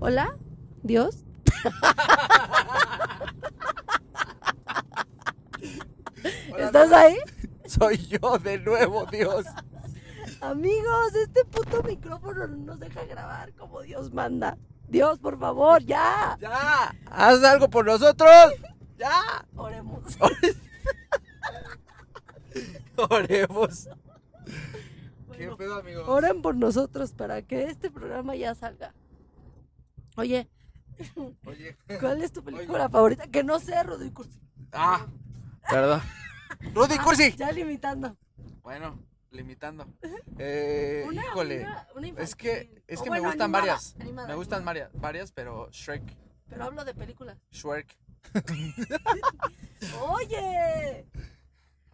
Hola, Dios. ¿Estás ahí? Soy yo de nuevo, Dios. Amigos, este puto micrófono no nos deja grabar como Dios manda. Dios, por favor, ya. ¡Ya! ¡Haz algo por nosotros! ¡Ya! Oremos. Oremos. ¿Qué Bueno, pedo, amigos? Oren por nosotros para que este programa ya salga. Oye, Oye. ¿cuál es tu película favorita? Que no sé, Rudy Cursi. Ah, Ah, perdón. Rudy Cursi. Ya limitando. Bueno, limitando. Eh, Una- híjole. una- una es que, infantil. es O que bueno, me gustan animada, varias. animada, me gustan varias, varias, pero Shrek. Pero hablo de películas. Shrek. Oye,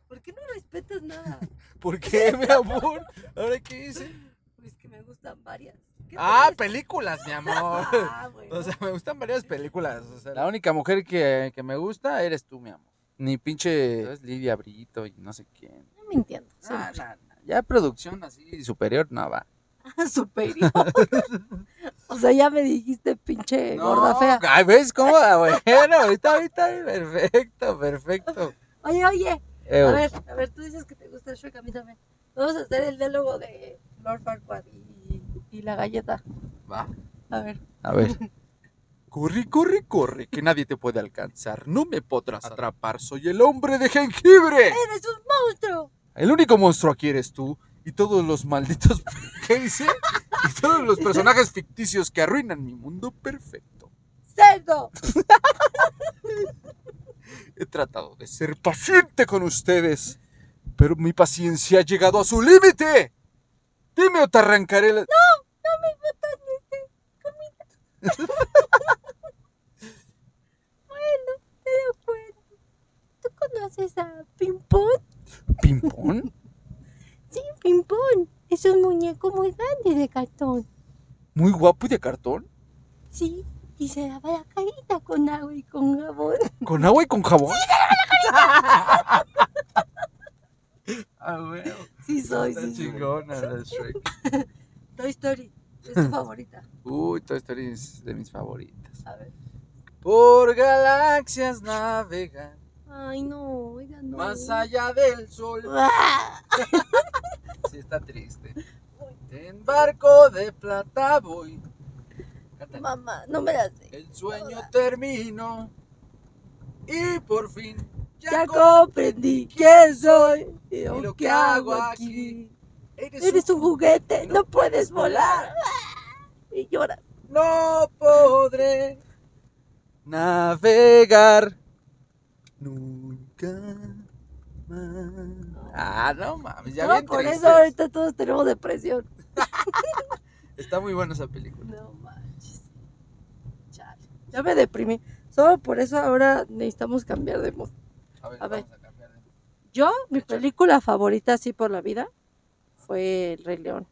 ¿por qué no respetas nada? ¿Por qué, mi amor? ¿Ahora qué hice? Pues que me gustan varias. ¿Qué Ah, tal? películas, mi amor. Ah, bueno. O sea, me gustan varias películas. o sea, la única mujer que, que me gusta eres tú, mi amor. Ni pinche es Lidia Brito y no sé quién. No mintiendo. soy Ah, no, no, Ya producción así superior no va. superior. o sea, ya me dijiste pinche gorda fea. Ay, ¿ves cómo? Ah, Bueno, ahorita, ahorita, perfecto, perfecto. Oye, oye. Eh, A ver, a ver, tú dices que te gusta el Shrek, a mí también. Vamos a hacer el diálogo de Lord Farquaad y, y la galleta. va, A ver. a ver. Corre, corre, corre, que nadie te puede alcanzar. No me podrás atrapar, soy el hombre de jengibre. ¡Eres un monstruo! El único monstruo aquí eres tú y todos los malditos que hice y todos los personajes ficticios que arruinan mi mundo perfecto. ¡Cerdo! He tratado de ser paciente con ustedes, pero mi paciencia ha llegado a su límite. Dime o te arrancaré la... Bueno, te de acuerdo. ¿Tú conoces a Pimpón? ¿Pimpón? Sí, Pimpón. Es un muñeco muy grande de cartón. Muy guapo y de cartón. Sí, y se lava la carita con agua y con jabón. ¿Con agua y con jabón? Ah, güey. Sí soy, sí soy. chingona la Shrek. Toy Story, es tu favorita. Uy, Toy Story es de mis favoritas. A ver. Por galaxias navegan. Ay, no, oiga, no. Más allá del sol. ¡Ah! Sí, está triste. En barco de plata voy. Cántale. Mamá, no me la sé. El sueño terminó. Y por fin. Ya comprendí quién soy y lo lo que que hago hago aquí. eres Eres un juguete, no no puedes volar. Y llora. No podré navegar nunca más. Ah, no mames, ya No, bien por tristes. eso ahorita todos tenemos depresión. Está muy buena esa película. No manches. Chale. Ya me deprimí. Solo por eso ahora necesitamos cambiar de mood. A ver, A ver. vamos a cambiar de- Yo, mi película favorita así por la vida fue El Rey León.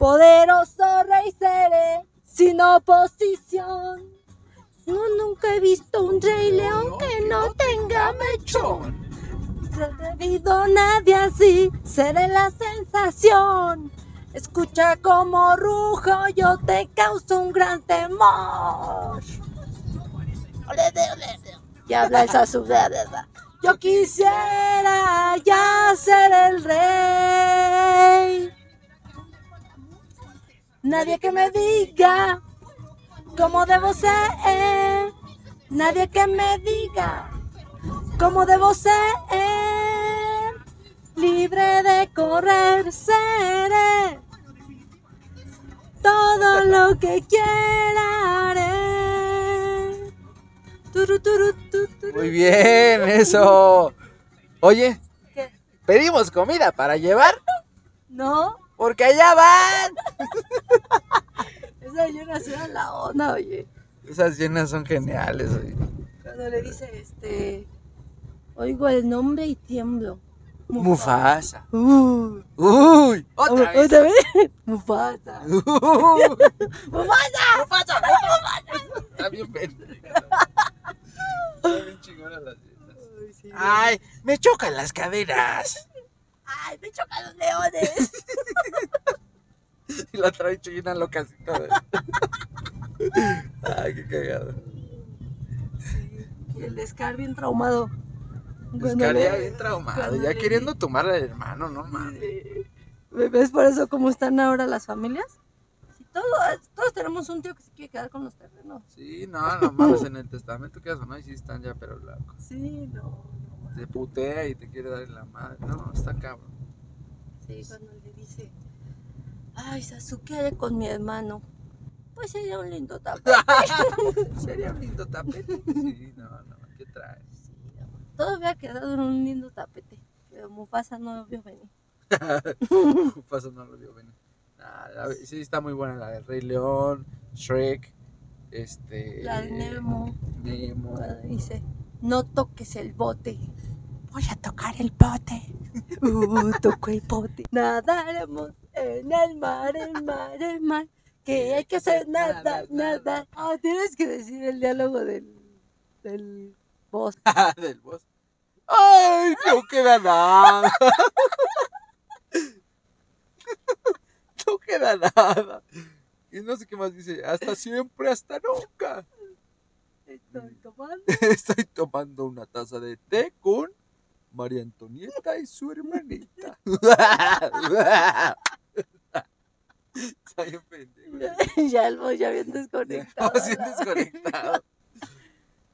Poderoso rey seré, sin oposición. No, nunca he visto un rey león que no tenga mechón. Chon. No ha habido nadie así, seré la sensación. Escucha como rujo, yo te causo un gran temor. Ole, ole, ole, ole. Ya habla esa verdad. Yo quisiera ya ser el rey. Nadie que me diga cómo debo ser. Nadie que me diga cómo debo ser. Libre de correr seré. Todo lo que quiera haré. Turu, turu, tu, turu. Muy bien, eso. Oye, ¿Qué? pedimos comida para llevar No, porque allá van. esa yo nací a la onda, oye. Esas llenas son geniales. oye. Cuando le dice este. Oigo el nombre y tiemblo. Mufasa. Uh, Uy, ¿Otra otra vez? vez. Mufasa. Uy. ¡Mufasa! ¡Mufasa! Está bien chingona las Ay, me chocan las caderas. ¡Ay, me chocan los leones! Y la trae china locasita. güey. Ay, qué cagada. Y el Scar bien traumado. Es Cuando que haría le- Pues bien traumado, cuando ya le- queriendo tomar al hermano, no mames. Eh, ¿Ves por eso cómo están ahora las familias? Si todo, todos tenemos un tío que se quiere quedar con los terrenos. Sí, no, no mames, en el testamento que haces, no, y sí están ya, pero loco. Sí, no. Te putea y te quiere dar en la madre. No, está cabrón. Sí, cuando le dice, ay, Sasuke, haré con mi hermano. Pues sería un lindo tapete. Sería un lindo tapete. Sí, no, no, ¿qué traes? Sí, no. Todo había quedado en un lindo tapete. Pero Mufasa no vio venir. Paso no lo vio venir. Nah, la- sí, está muy buena la del Rey León, Shrek, este. La de Nemo Nemo. cuando dice, no toques el bote. Voy a tocar el bote. Uh, toco el bote. Nadaremos en el mar, el mar, el mar. Que hay que hacer nada, nada. Ah, tienes que decir el diálogo del, del boss. del bosque. ¡Ay, no queda nada! no queda nada. Y no sé qué más dice. Hasta siempre, hasta nunca. Estoy tomando. Estoy tomando una taza de té con María Antonieta y su hermanita. Está bien pendejo. ya el boss ya bien Ya, desconectado. Estamos bien ¿no? desconectado.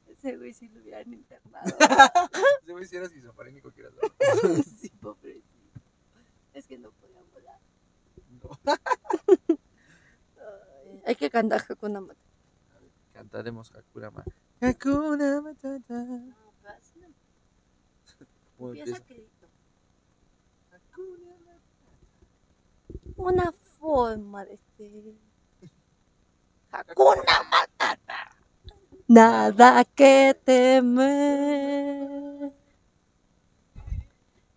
Ese güey sí lo hubieran internado. Si me hicieras esquizofrénico, quieras sí, pobrecito. Es que no podía volar. no. Ay, hay que cantar Hakuna Matata. Cantaremos Hakuna Matata. Hakuna Matata. No, pero así no ¿Cómo empieza empieza? querido. Hakuna Matata. Una forma de ser. Hakuna Matata. Nada que temer.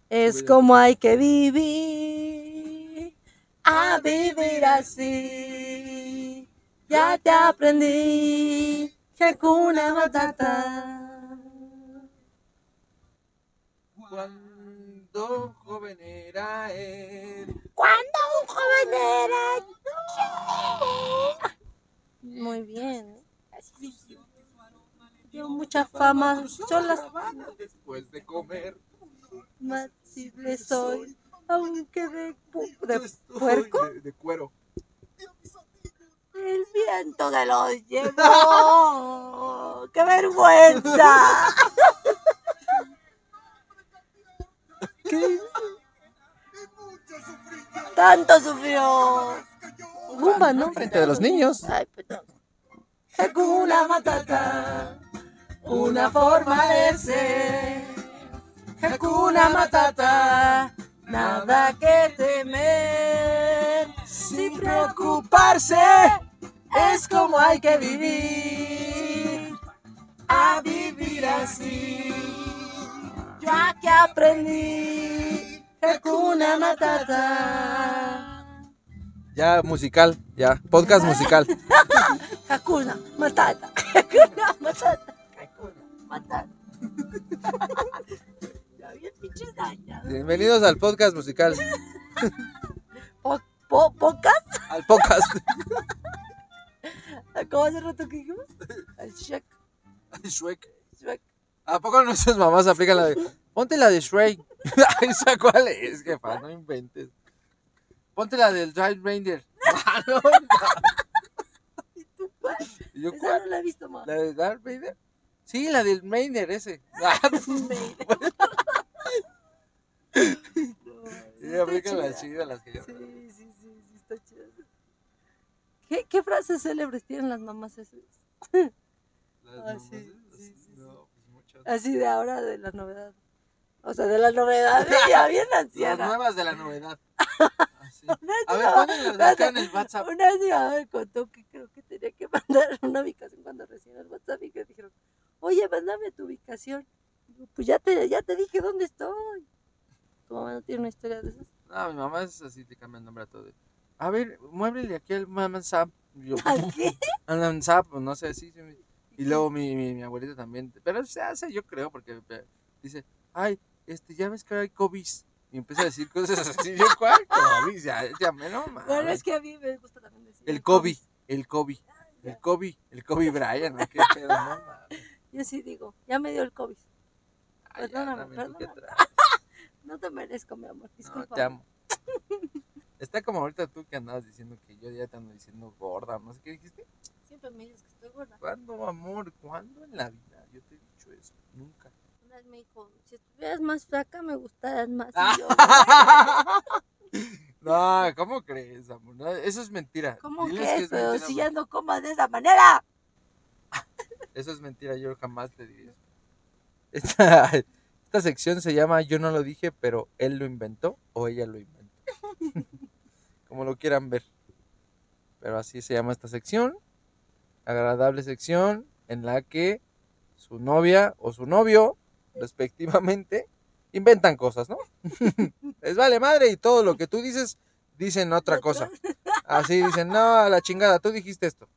Es como hay que vivir. A vivir así. Ya te aprendí. Hakuna Matata. Cuando joven era él. Cuando un joven era yo. Muy bien. ¿eh? Así. Dio mucha fama, yo las Después de comer. más le soy, aunque de, pu- de estoy puerco De, de cuero. el viento que los llevó. ¡Qué vergüenza! ¿Qué? Tanto sufrió. Gumba, ¿no? Frente de los niños. Ay, perdón. Hakuna Matata, una forma de ser. Hakuna Matata, nada que temer. Sin preocuparse, es como hay que vivir. A vivir así, ya que aprendí. Hakuna Matata. Ya, musical. Ya, podcast musical. Hakuna Matata. Hakuna Matata. Hakuna Matata. ya bien pinches dañados. Bienvenidos al podcast musical. Po- po- ¿Pocas? Al podcast. ¿Cómo hace rato que dijimos? Al Shrek. Shrek. Shrek. ¿A poco nuestras mamás aplican la de. Ponte la de Shrek. ¿Esa cuál es, jefa? No inventes. Ponte la del Drive Ranger. Ah, no, no. ¿Y tú cuál? Y yo, Esa ¿cuál? no la he visto más. ¿La de Darth Vader? Sí, la del Ranger ese. Ah, sí, aplican las Sí, chidas las que yo. sí, sí, sí, está chida. ¿Qué, ¿Qué frases célebres tienen las mamás esas? Las Ah, mamás, sí, ¿eh? sí, Así, sí, Ah, No, pues muchas. Así de ahora, de la novedad. O sea, de la novedad, ya bien Las anciana. nuevas de la novedad. Así. Una A ver, chava- pónganlas acá en el WhatsApp. Una vez mi mamá me contó que creo que tenía que mandar una ubicación cuando recién el WhatsApp y que dijeron, oye, mándame tu ubicación. Digo, pues ya te, ya te dije dónde estoy. ¿Tu mamá no tiene una historia de esas? No, mi mamá es así, te cambia el nombre a todo. A ver, muéblele aquí al Mamanzap. Yo, ¿Al qué? Mamanzap, no sé, sí. sí, me- Y luego mi, mi, mi abuelita también. Pero se hace, yo creo, porque eh, dice, ay, este, ya ves que hay COVID. Y empieza a decir cosas así. Yo, ¿cuál? Kobe, ya, ya me no mames. Bueno, es que a mí me gusta también decir. El Kobe, el Kobe, el Kobe, el Kobe Bryant, ¿no? ¿Qué pedo, no mames? Yo sí digo, ya me dio el COVID. Ay, ya, Perdóname, dame tú que perdóname. traes. No te merezco, mi amor. No, Disculpa. te amo. Está como ahorita tú que andabas diciendo que yo ya te ando diciendo gorda, no sé qué dijiste. Siempre me dices que estoy gorda. ¿Cuándo, amor? ¿Cuándo en la vida? Yo te he dicho eso. Nunca. Una vez me dijo, si estuvieras más flaca, me gustaras más. Ah. Y yo, no, ¿cómo crees, amor? No, eso es mentira. ¿Cómo Diles que? es Pero mentira, si amor. ya no comas de esa manera. Eso es mentira, yo jamás te diría eso. Esta, esta sección se llama Yo no lo dije, pero él lo inventó o ella lo inventó. Como lo quieran ver. Pero así se llama esta sección. Agradable sección en la que su novia o su novio, respectivamente, inventan cosas, ¿no? Les vale madre y todo lo que tú dices, dicen otra cosa. Así dicen, no, a la chingada, tú dijiste esto.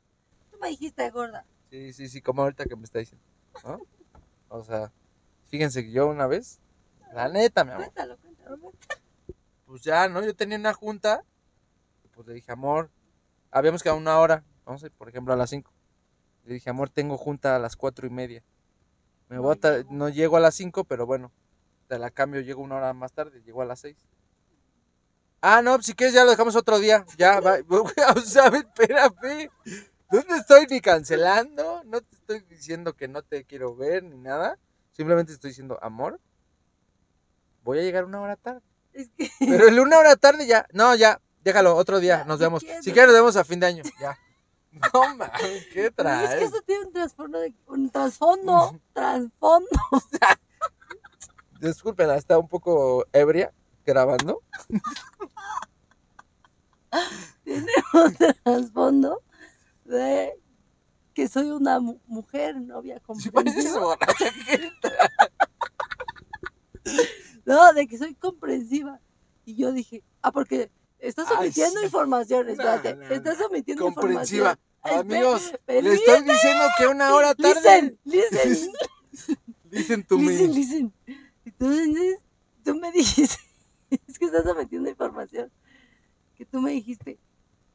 Tú me dijiste gorda. Sí, sí, sí, como ahorita que me está diciendo. ¿no? O sea, fíjense que yo una vez, la neta, mi amor, Cuéntalo, cuéntalo. pues ya, ¿no? Yo tenía una junta, pues le dije, amor, habíamos quedado una hora, no sé, por ejemplo, a las 5. Le dije, amor, tengo junta a las cuatro y media. Me No voy a tar- llego. no llego a las 5, pero bueno, te la cambio, llego una hora más tarde, llego a las 6. Ah, no, pues, si quieres ya lo dejamos otro día. Ya, va. o sea, espérame. No te estoy ni cancelando, no te estoy diciendo que no te quiero ver ni nada. Simplemente estoy diciendo, amor, voy a llegar una hora tarde. Es que Pero el una hora tarde ya, no, ya, déjalo, otro día, Ya, nos si vemos. quieres. Si quieres, nos vemos a fin de año, ya. No mames, Pero es que ¿qué traes? eso tiene un trasfondo, de- un trasfondo, trasfondo. Disculpen, está un poco ebria grabando. un trasfondo de que soy una mu- mujer novia Si pareces comprensiva. borracha, ¿qué? No, de que soy comprensiva. Y yo dije, ah, porque estás Ay, omitiendo sí. información, No, espérate, no, estás omitiendo Comprensiva. información. Amigos, Espérate, le estoy diciendo que una hora tarde. Listen, listen, Dicen tu listen, listen. Entonces, tú me dijiste, es que estás omitiendo información, que tú me dijiste,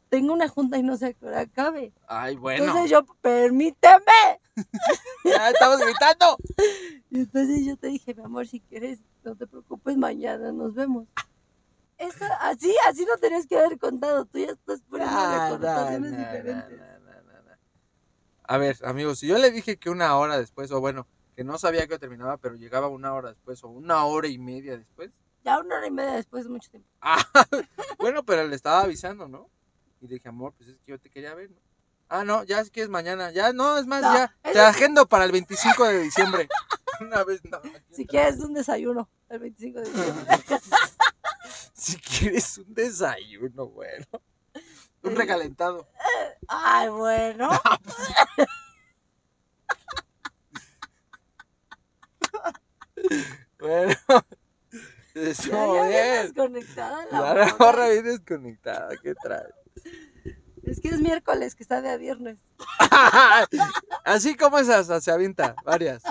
tengo una junta y no sé a qué hora acabe. Ay, bueno. Entonces yo, permíteme. Ya estamos gritando. Y entonces yo te dije, mi amor, si quieres, no te preocupes, mañana nos vemos. Eso, así, así no tenías que haber contado. Tú ya estás poniendo Ah, connotaciones na, na, diferentes. na, na, na, na. A ver, amigos, si yo le dije que una hora después, o bueno, que no sabía que terminaba, pero llegaba una hora después o una hora y media después. Ya una hora y media después de mucho tiempo. Ah, bueno, pero le estaba avisando, ¿no? Y le dije, amor, pues es que yo te quería ver, ¿no? Ah, no, ya es que es mañana. Ya, no, es más, No, ya. eso Te agendo para el 25 de diciembre. Una vez, no. Si quieres un desayuno el 25 de diciembre. Si quieres un desayuno, bueno. Un Sí. recalentado. Ay, bueno. Ah, Bueno. Estuvo ya, ya bien. vienes conectada la La morra. morra bien desconectada, ¿qué trae? Es que es miércoles, que sabe a viernes. Así como esas, se avienta, varias.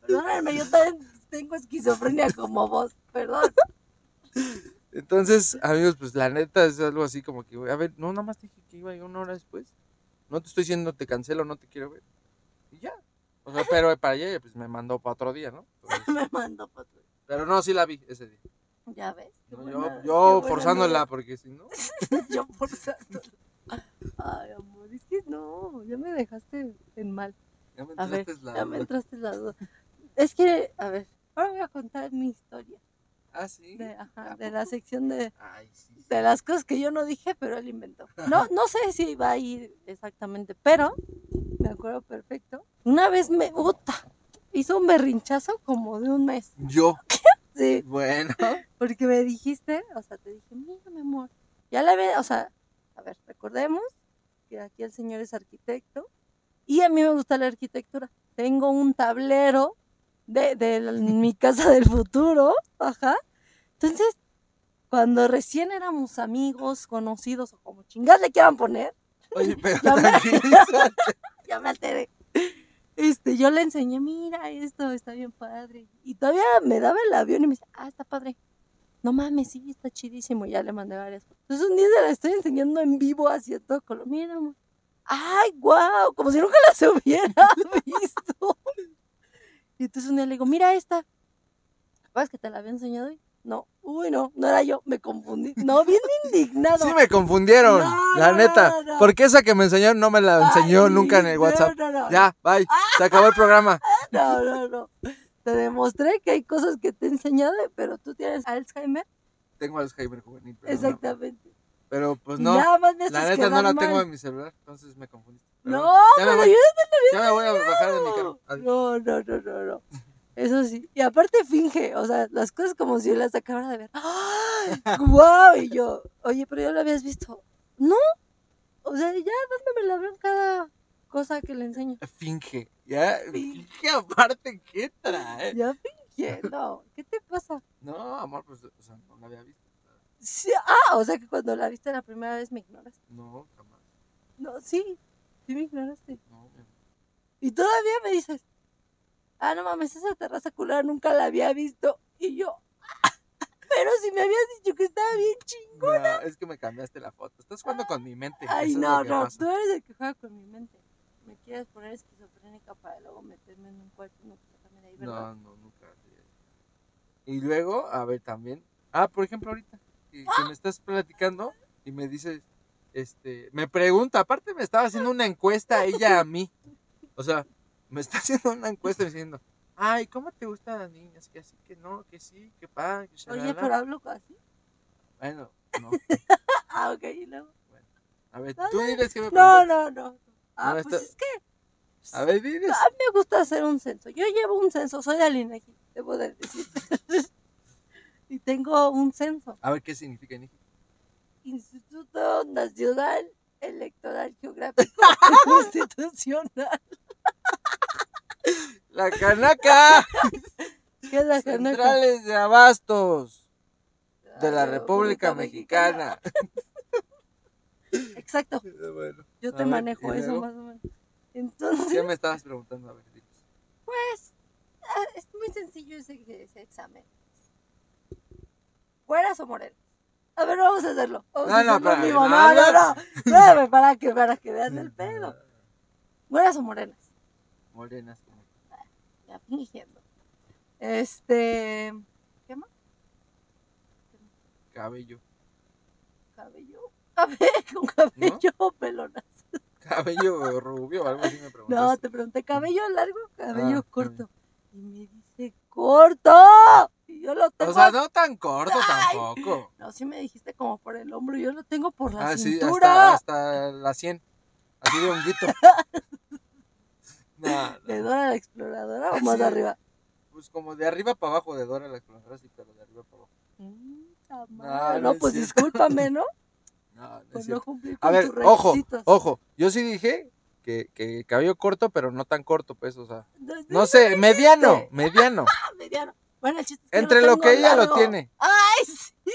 Perdóname, yo también tengo esquizofrenia como vos. Perdón. Entonces, amigos, pues la neta es algo así como que, a ver, no, nada más te dije que iba a ir una hora después. No te estoy diciendo te cancelo, no te quiero ver. Y ya. O sea, pero para ella, pues me mandó para otro día, ¿no? Entonces, Me mando para otro. pero no, sí la vi ese día. Ya ves. qué No, buena- yo qué yo buena forzándola, porque si no. Yo forzándola. Ay, amor, es que no, ya me dejaste en mal. Ya me A ver, entraste la ya me entraste en la duda. Es que, a ver, ahora voy a contar mi historia Ah, sí. de, ajá, ¿A de la sección de, Ay, sí. de las cosas que yo no dije, pero él inventó. No, no sé si va a ir exactamente, pero me acuerdo perfecto. Una vez me, puta, hizo un berrinchazo como de un mes. Yo, Sí. bueno. Porque me dijiste, o sea, te dije, mira, mi amor. Ya la ve, o sea, a ver, recordemos que aquí el señor es arquitecto y a mí me gusta la arquitectura. Tengo un tablero de, de la- mi casa del futuro, ajá. Entonces, cuando recién éramos amigos, conocidos o como chingas le quieran poner, Oye, pero Ya me- tranquilízate. ya me alteré. Este, yo le enseñé, mira, esto está bien padre. Y todavía me daba el avión y me dice, ah, está padre. No mames, sí, está chidísimo. Ya le mandé varias. Entonces un día se la estoy enseñando en vivo así a todo color. Mira, amor. Ay, guau, como si nunca las hubiera visto. Y entonces un día le digo, mira esta. ¿Capaz que te la había enseñado hoy? No, uy, no, no era yo, me confundí. No, bien indignado. Sí me confundieron, No, la no, neta. no, no. Porque esa que me enseñaron no me la enseñó Ay, nunca en el no, WhatsApp. no, no. Ya, bye. Se acabó el programa. No, no, no. Te demostré que hay cosas que te he enseñado, pero tú tienes Alzheimer. Tengo Alzheimer juvenil. Pero no. Exactamente. Pero pues Y no, Nada más me la haces neta no quedar la mal. tengo en mi celular, entonces me confundí. Pero No, bueno, ya me pero voy, yo ya me voy a bajar de mi carro. Adiós. No, no, no, no, no. Eso sí. Y aparte finge, o sea, las cosas como si yo las acabara de ver. ¡Ay! ¡Guau! Y yo, oye, pero ya lo habías visto. No. O sea, ya dándome la bronca cada cosa que le enseño. Finge. Ya, Finge. finge aparte, ¿qué trae? Ya fingiendo. ¿Qué te pasa? No, amor, pues, o sea, no la había visto. Sí, ah, o sea que cuando la viste la primera vez me ignoraste. No, jamás. No, sí. Sí me ignoraste. No, mi amor. Y todavía me dices, ah, no mames, esa terraza culera nunca la había visto. Y yo, "Ah, pero si me habías dicho que estaba bien chingón. No, es que me cambiaste la foto. Estás jugando con mi mente. Ay, eso es no, lo que no, pasa. tú eres el que juega con mi mente. Me quieres poner esquizofrénica para luego meterme en un cuarto no quiero también ahí, ¿verdad? No, no, nunca. eh. Y luego, a ver, también. Ah, por ejemplo, ahorita que, que me estás platicando y me dices, este, me pregunta, aparte me estaba haciendo una encuesta ella a mí. O sea, me está haciendo una encuesta diciendo, ay, ¿cómo te gustan las niñas? Que así, que no, que sí, que pa, que Oye, shalala". pero hablo así. Bueno, no. Ah, ok, y luego. A ver, No, tú no, diles que me No, preguntas. no, no. Ah, No, pues esto- es que A ver, diles. a mí me gusta hacer un censo. Yo llevo un censo, soy de Alinaji, debo de decir. y tengo un censo. A ver qué significa, Niki. Instituto Nacional Electoral Geográfico Constitucional. La canaca. Que es la Canaca. Centrales de abastos de Ah, la República Mexicana. Exacto, Bueno, yo A te ver, manejo ¿y eso luego? más o menos. Entonces, ¿qué me estabas preguntando? A ver, diles. pues, ah, es muy sencillo ese, ese examen. ¿Güeras o morenas? A ver, vamos a hacerlo. Vamos a No, no, hacerlo espérame, en vivo. No, no, no, no. no. Espérame, para que, para que vean el pedo. ¿Güeras o morenas? Ah, Morenas. como- Ya fingiendo. Este. ¿Qué más? Cabello. Cabello. Cabe- con cabello o pelona. Cabello rubio, algo así me No, preguntaste. te pregunté, ¿cabello largo o cabello Ah, corto? Y me dice, ¡corto! Y yo lo tengo. o sea, no tan corto Ay. tampoco. No, sí me dijiste como por el hombro, yo lo tengo por la Ah, sí, hasta, cintura. hasta la 100. Así de honguito. No, no, ¿De Dora la exploradora o más Ah, Sí. arriba? Pues como de arriba para abajo de Dora la exploradora, sí, pero de arriba para abajo. Mm, ta No, madre. no No, es pues cierto. discúlpame, ¿no? No, no Por es cierto. no cumplir con A ver, tus ojo, requisitos. ojo. Yo sí dije que, que cabello corto, pero no tan corto, pues, o sea. No, sí, No sé, mediano, mediano. ah, mediano. Bueno, el chiste es que yo Entre lo tengo que ella lo largo. tiene. ¡Ay, sí!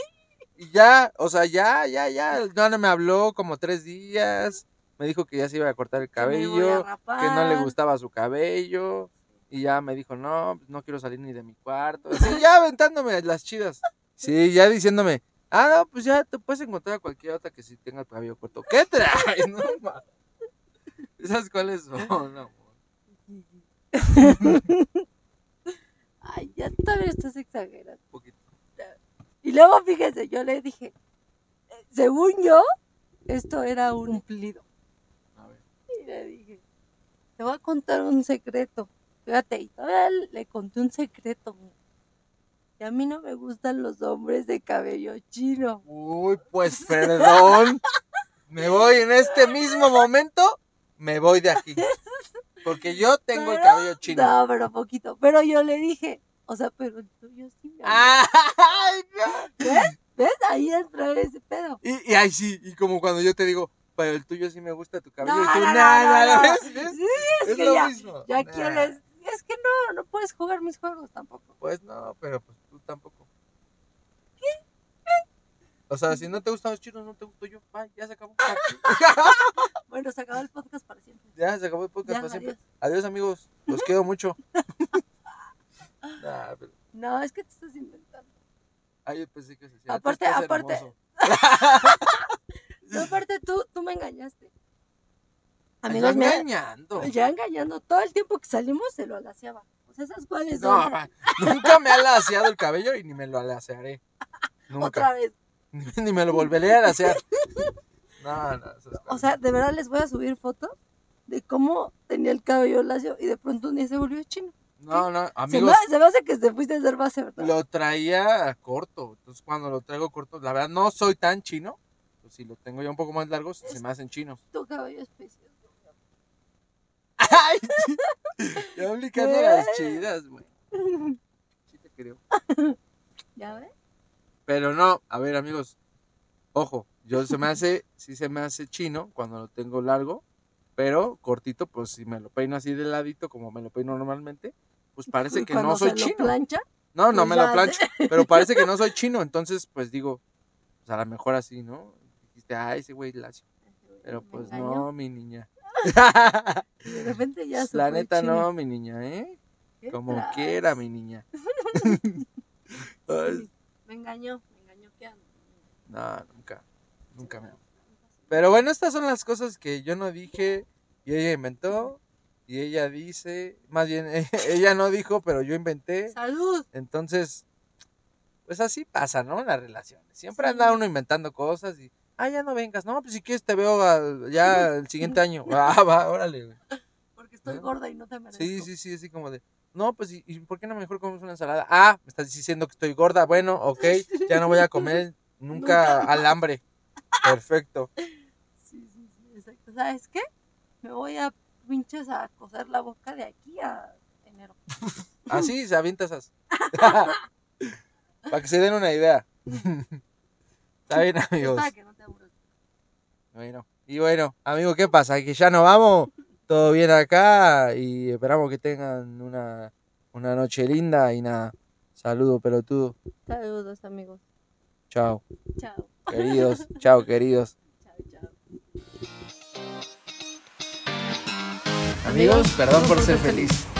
Y ya, o sea, ya, ya, ya. El Duane me habló como tres días. Me dijo que ya se iba a cortar el que me voy a cabello, que no le rapar. gustaba su cabello. Y ya me dijo, no, pues, no quiero salir ni de mi cuarto. Sí, ya aventándome las chidas. Sí, ya diciéndome, ah, no, pues ya te puedes encontrar a cualquier otra que sí tenga el cabello corto. ¿Qué traes? No, ma- ¿Esas cuáles son, amor? Ay, ya todavía estás exagerando. Un poquito. Y luego fíjense, yo le dije, eh, según yo, esto era un cumplido. A ver. Y le dije, te voy a contar un secreto. Fíjate, y todavía le conté un secreto. güey. Que a mí no me gustan los hombres de cabello chino. Uy, pues perdón. Me voy en este mismo momento, me voy de aquí. Porque yo tengo el cabello chino. No, pero poquito. Pero yo le dije, o sea, pero el tuyo sí me Ah. ¡Ay, no! ¿Ves? ¿Ves? Ahí entra ese pedo. Y, y ay, sí, y como cuando yo te digo, pero el tuyo sí me gusta tu cabello. y tú, no, no, "Nah, nah, nah", no. ¿ves? ¿Ves? Sí, es, Es que lo ya, mismo. ya Nah. quieres. Es que no, no puedes jugar mis juegos tampoco. Pues no, pero pues tú tampoco. O sea, si no te gustan los chinos, no te gusto yo. Bye, ya se acabó. Bueno, se acabó el podcast para siempre. ya se acabó el Ya, podcast para siempre. adiós. Adiós, amigos. quedo mucho. Nah, pero- No, es que te estás inventando. ay, yo pensé que se hacía. Aparte- Tú estás aparte- hermoso. No, aparte tú, tú me engañaste. Amigos, Amigos, me, engañando. ya engañando. Todo el tiempo que salimos se lo alaciaba. Pues esas cuales No, son. ma, nunca me ha laseado el cabello y ni me lo alasearé. Nunca. Otra vez. Ni me lo volveré a lasear. No, no. eso es O sea, de verdad les voy a subir fotos de cómo tenía el cabello lacio y de pronto un día se volvió chino. No, no, Se me, amigos, hace- se me hace que te fuiste a hacer base, ¿verdad? lo traía corto. Entonces, cuando lo traigo corto, la verdad no soy tan chino. Pues, si lo tengo ya un poco más largo, se me hacen chinos. Tu cabello es precioso. ¡Ay! Ya aplicando las Güey. chidas, güey. Sí te creo. ¿Ya ves? Pero no, a ver, amigos. Ojo, yo se me hace, sí se me hace chino cuando lo tengo largo. Pero cortito, pues si me lo peino así de ladito, como me lo peino normalmente, pues parece Y que cuando no soy se lo chino. plancha, No, no Pues me lo ya, plancho, pero parece que no soy chino, entonces pues digo, pues a lo mejor así, ¿no? Dijiste, ah, ese güey lacio, pero me pues engañó. no, mi niña. Y de repente ya se la fue neta chino. no, mi niña, ¿eh? ¿Qué Como traes? quiera, mi niña. Ay, Me engañó, me engañó ¿qué hago? no, nunca, nunca me... Pero bueno, estas son las cosas que yo no dije y ella inventó y ella dice, más bien, ella no dijo, pero yo inventé. Salud. Entonces, pues así pasa, ¿no? Las relaciones. Siempre Sí. anda uno inventando cosas y, ah, ya no vengas. No, pues si quieres te veo ah, ya el siguiente año. Ah, va, órale. güey. Porque estoy ¿Eh? gorda y no te merezco. Sí, sí, sí, así como de, no, pues ¿y, y por qué no mejor comemos una ensalada? Ah, me estás diciendo que estoy gorda. Bueno, ok, ya no voy a comer nunca Nunca más. alambre. Perfecto. Sí, sí, sí, exacto. ¿Sabes qué? Me voy a pinches a coser la boca de aquí a enero. Así se avienta esas. Para que se den una idea. Está bien, amigos. Para que no te aburras. Bueno, y bueno, amigo, ¿qué pasa? Que ya nos vamos, todo bien acá y esperamos que tengan una, una noche linda y nada. Saludo pelotudo. Saludos, amigos. Chao, Chao, queridos. Chao, queridos. chao, chao. Amigos, perdón por ser feliz.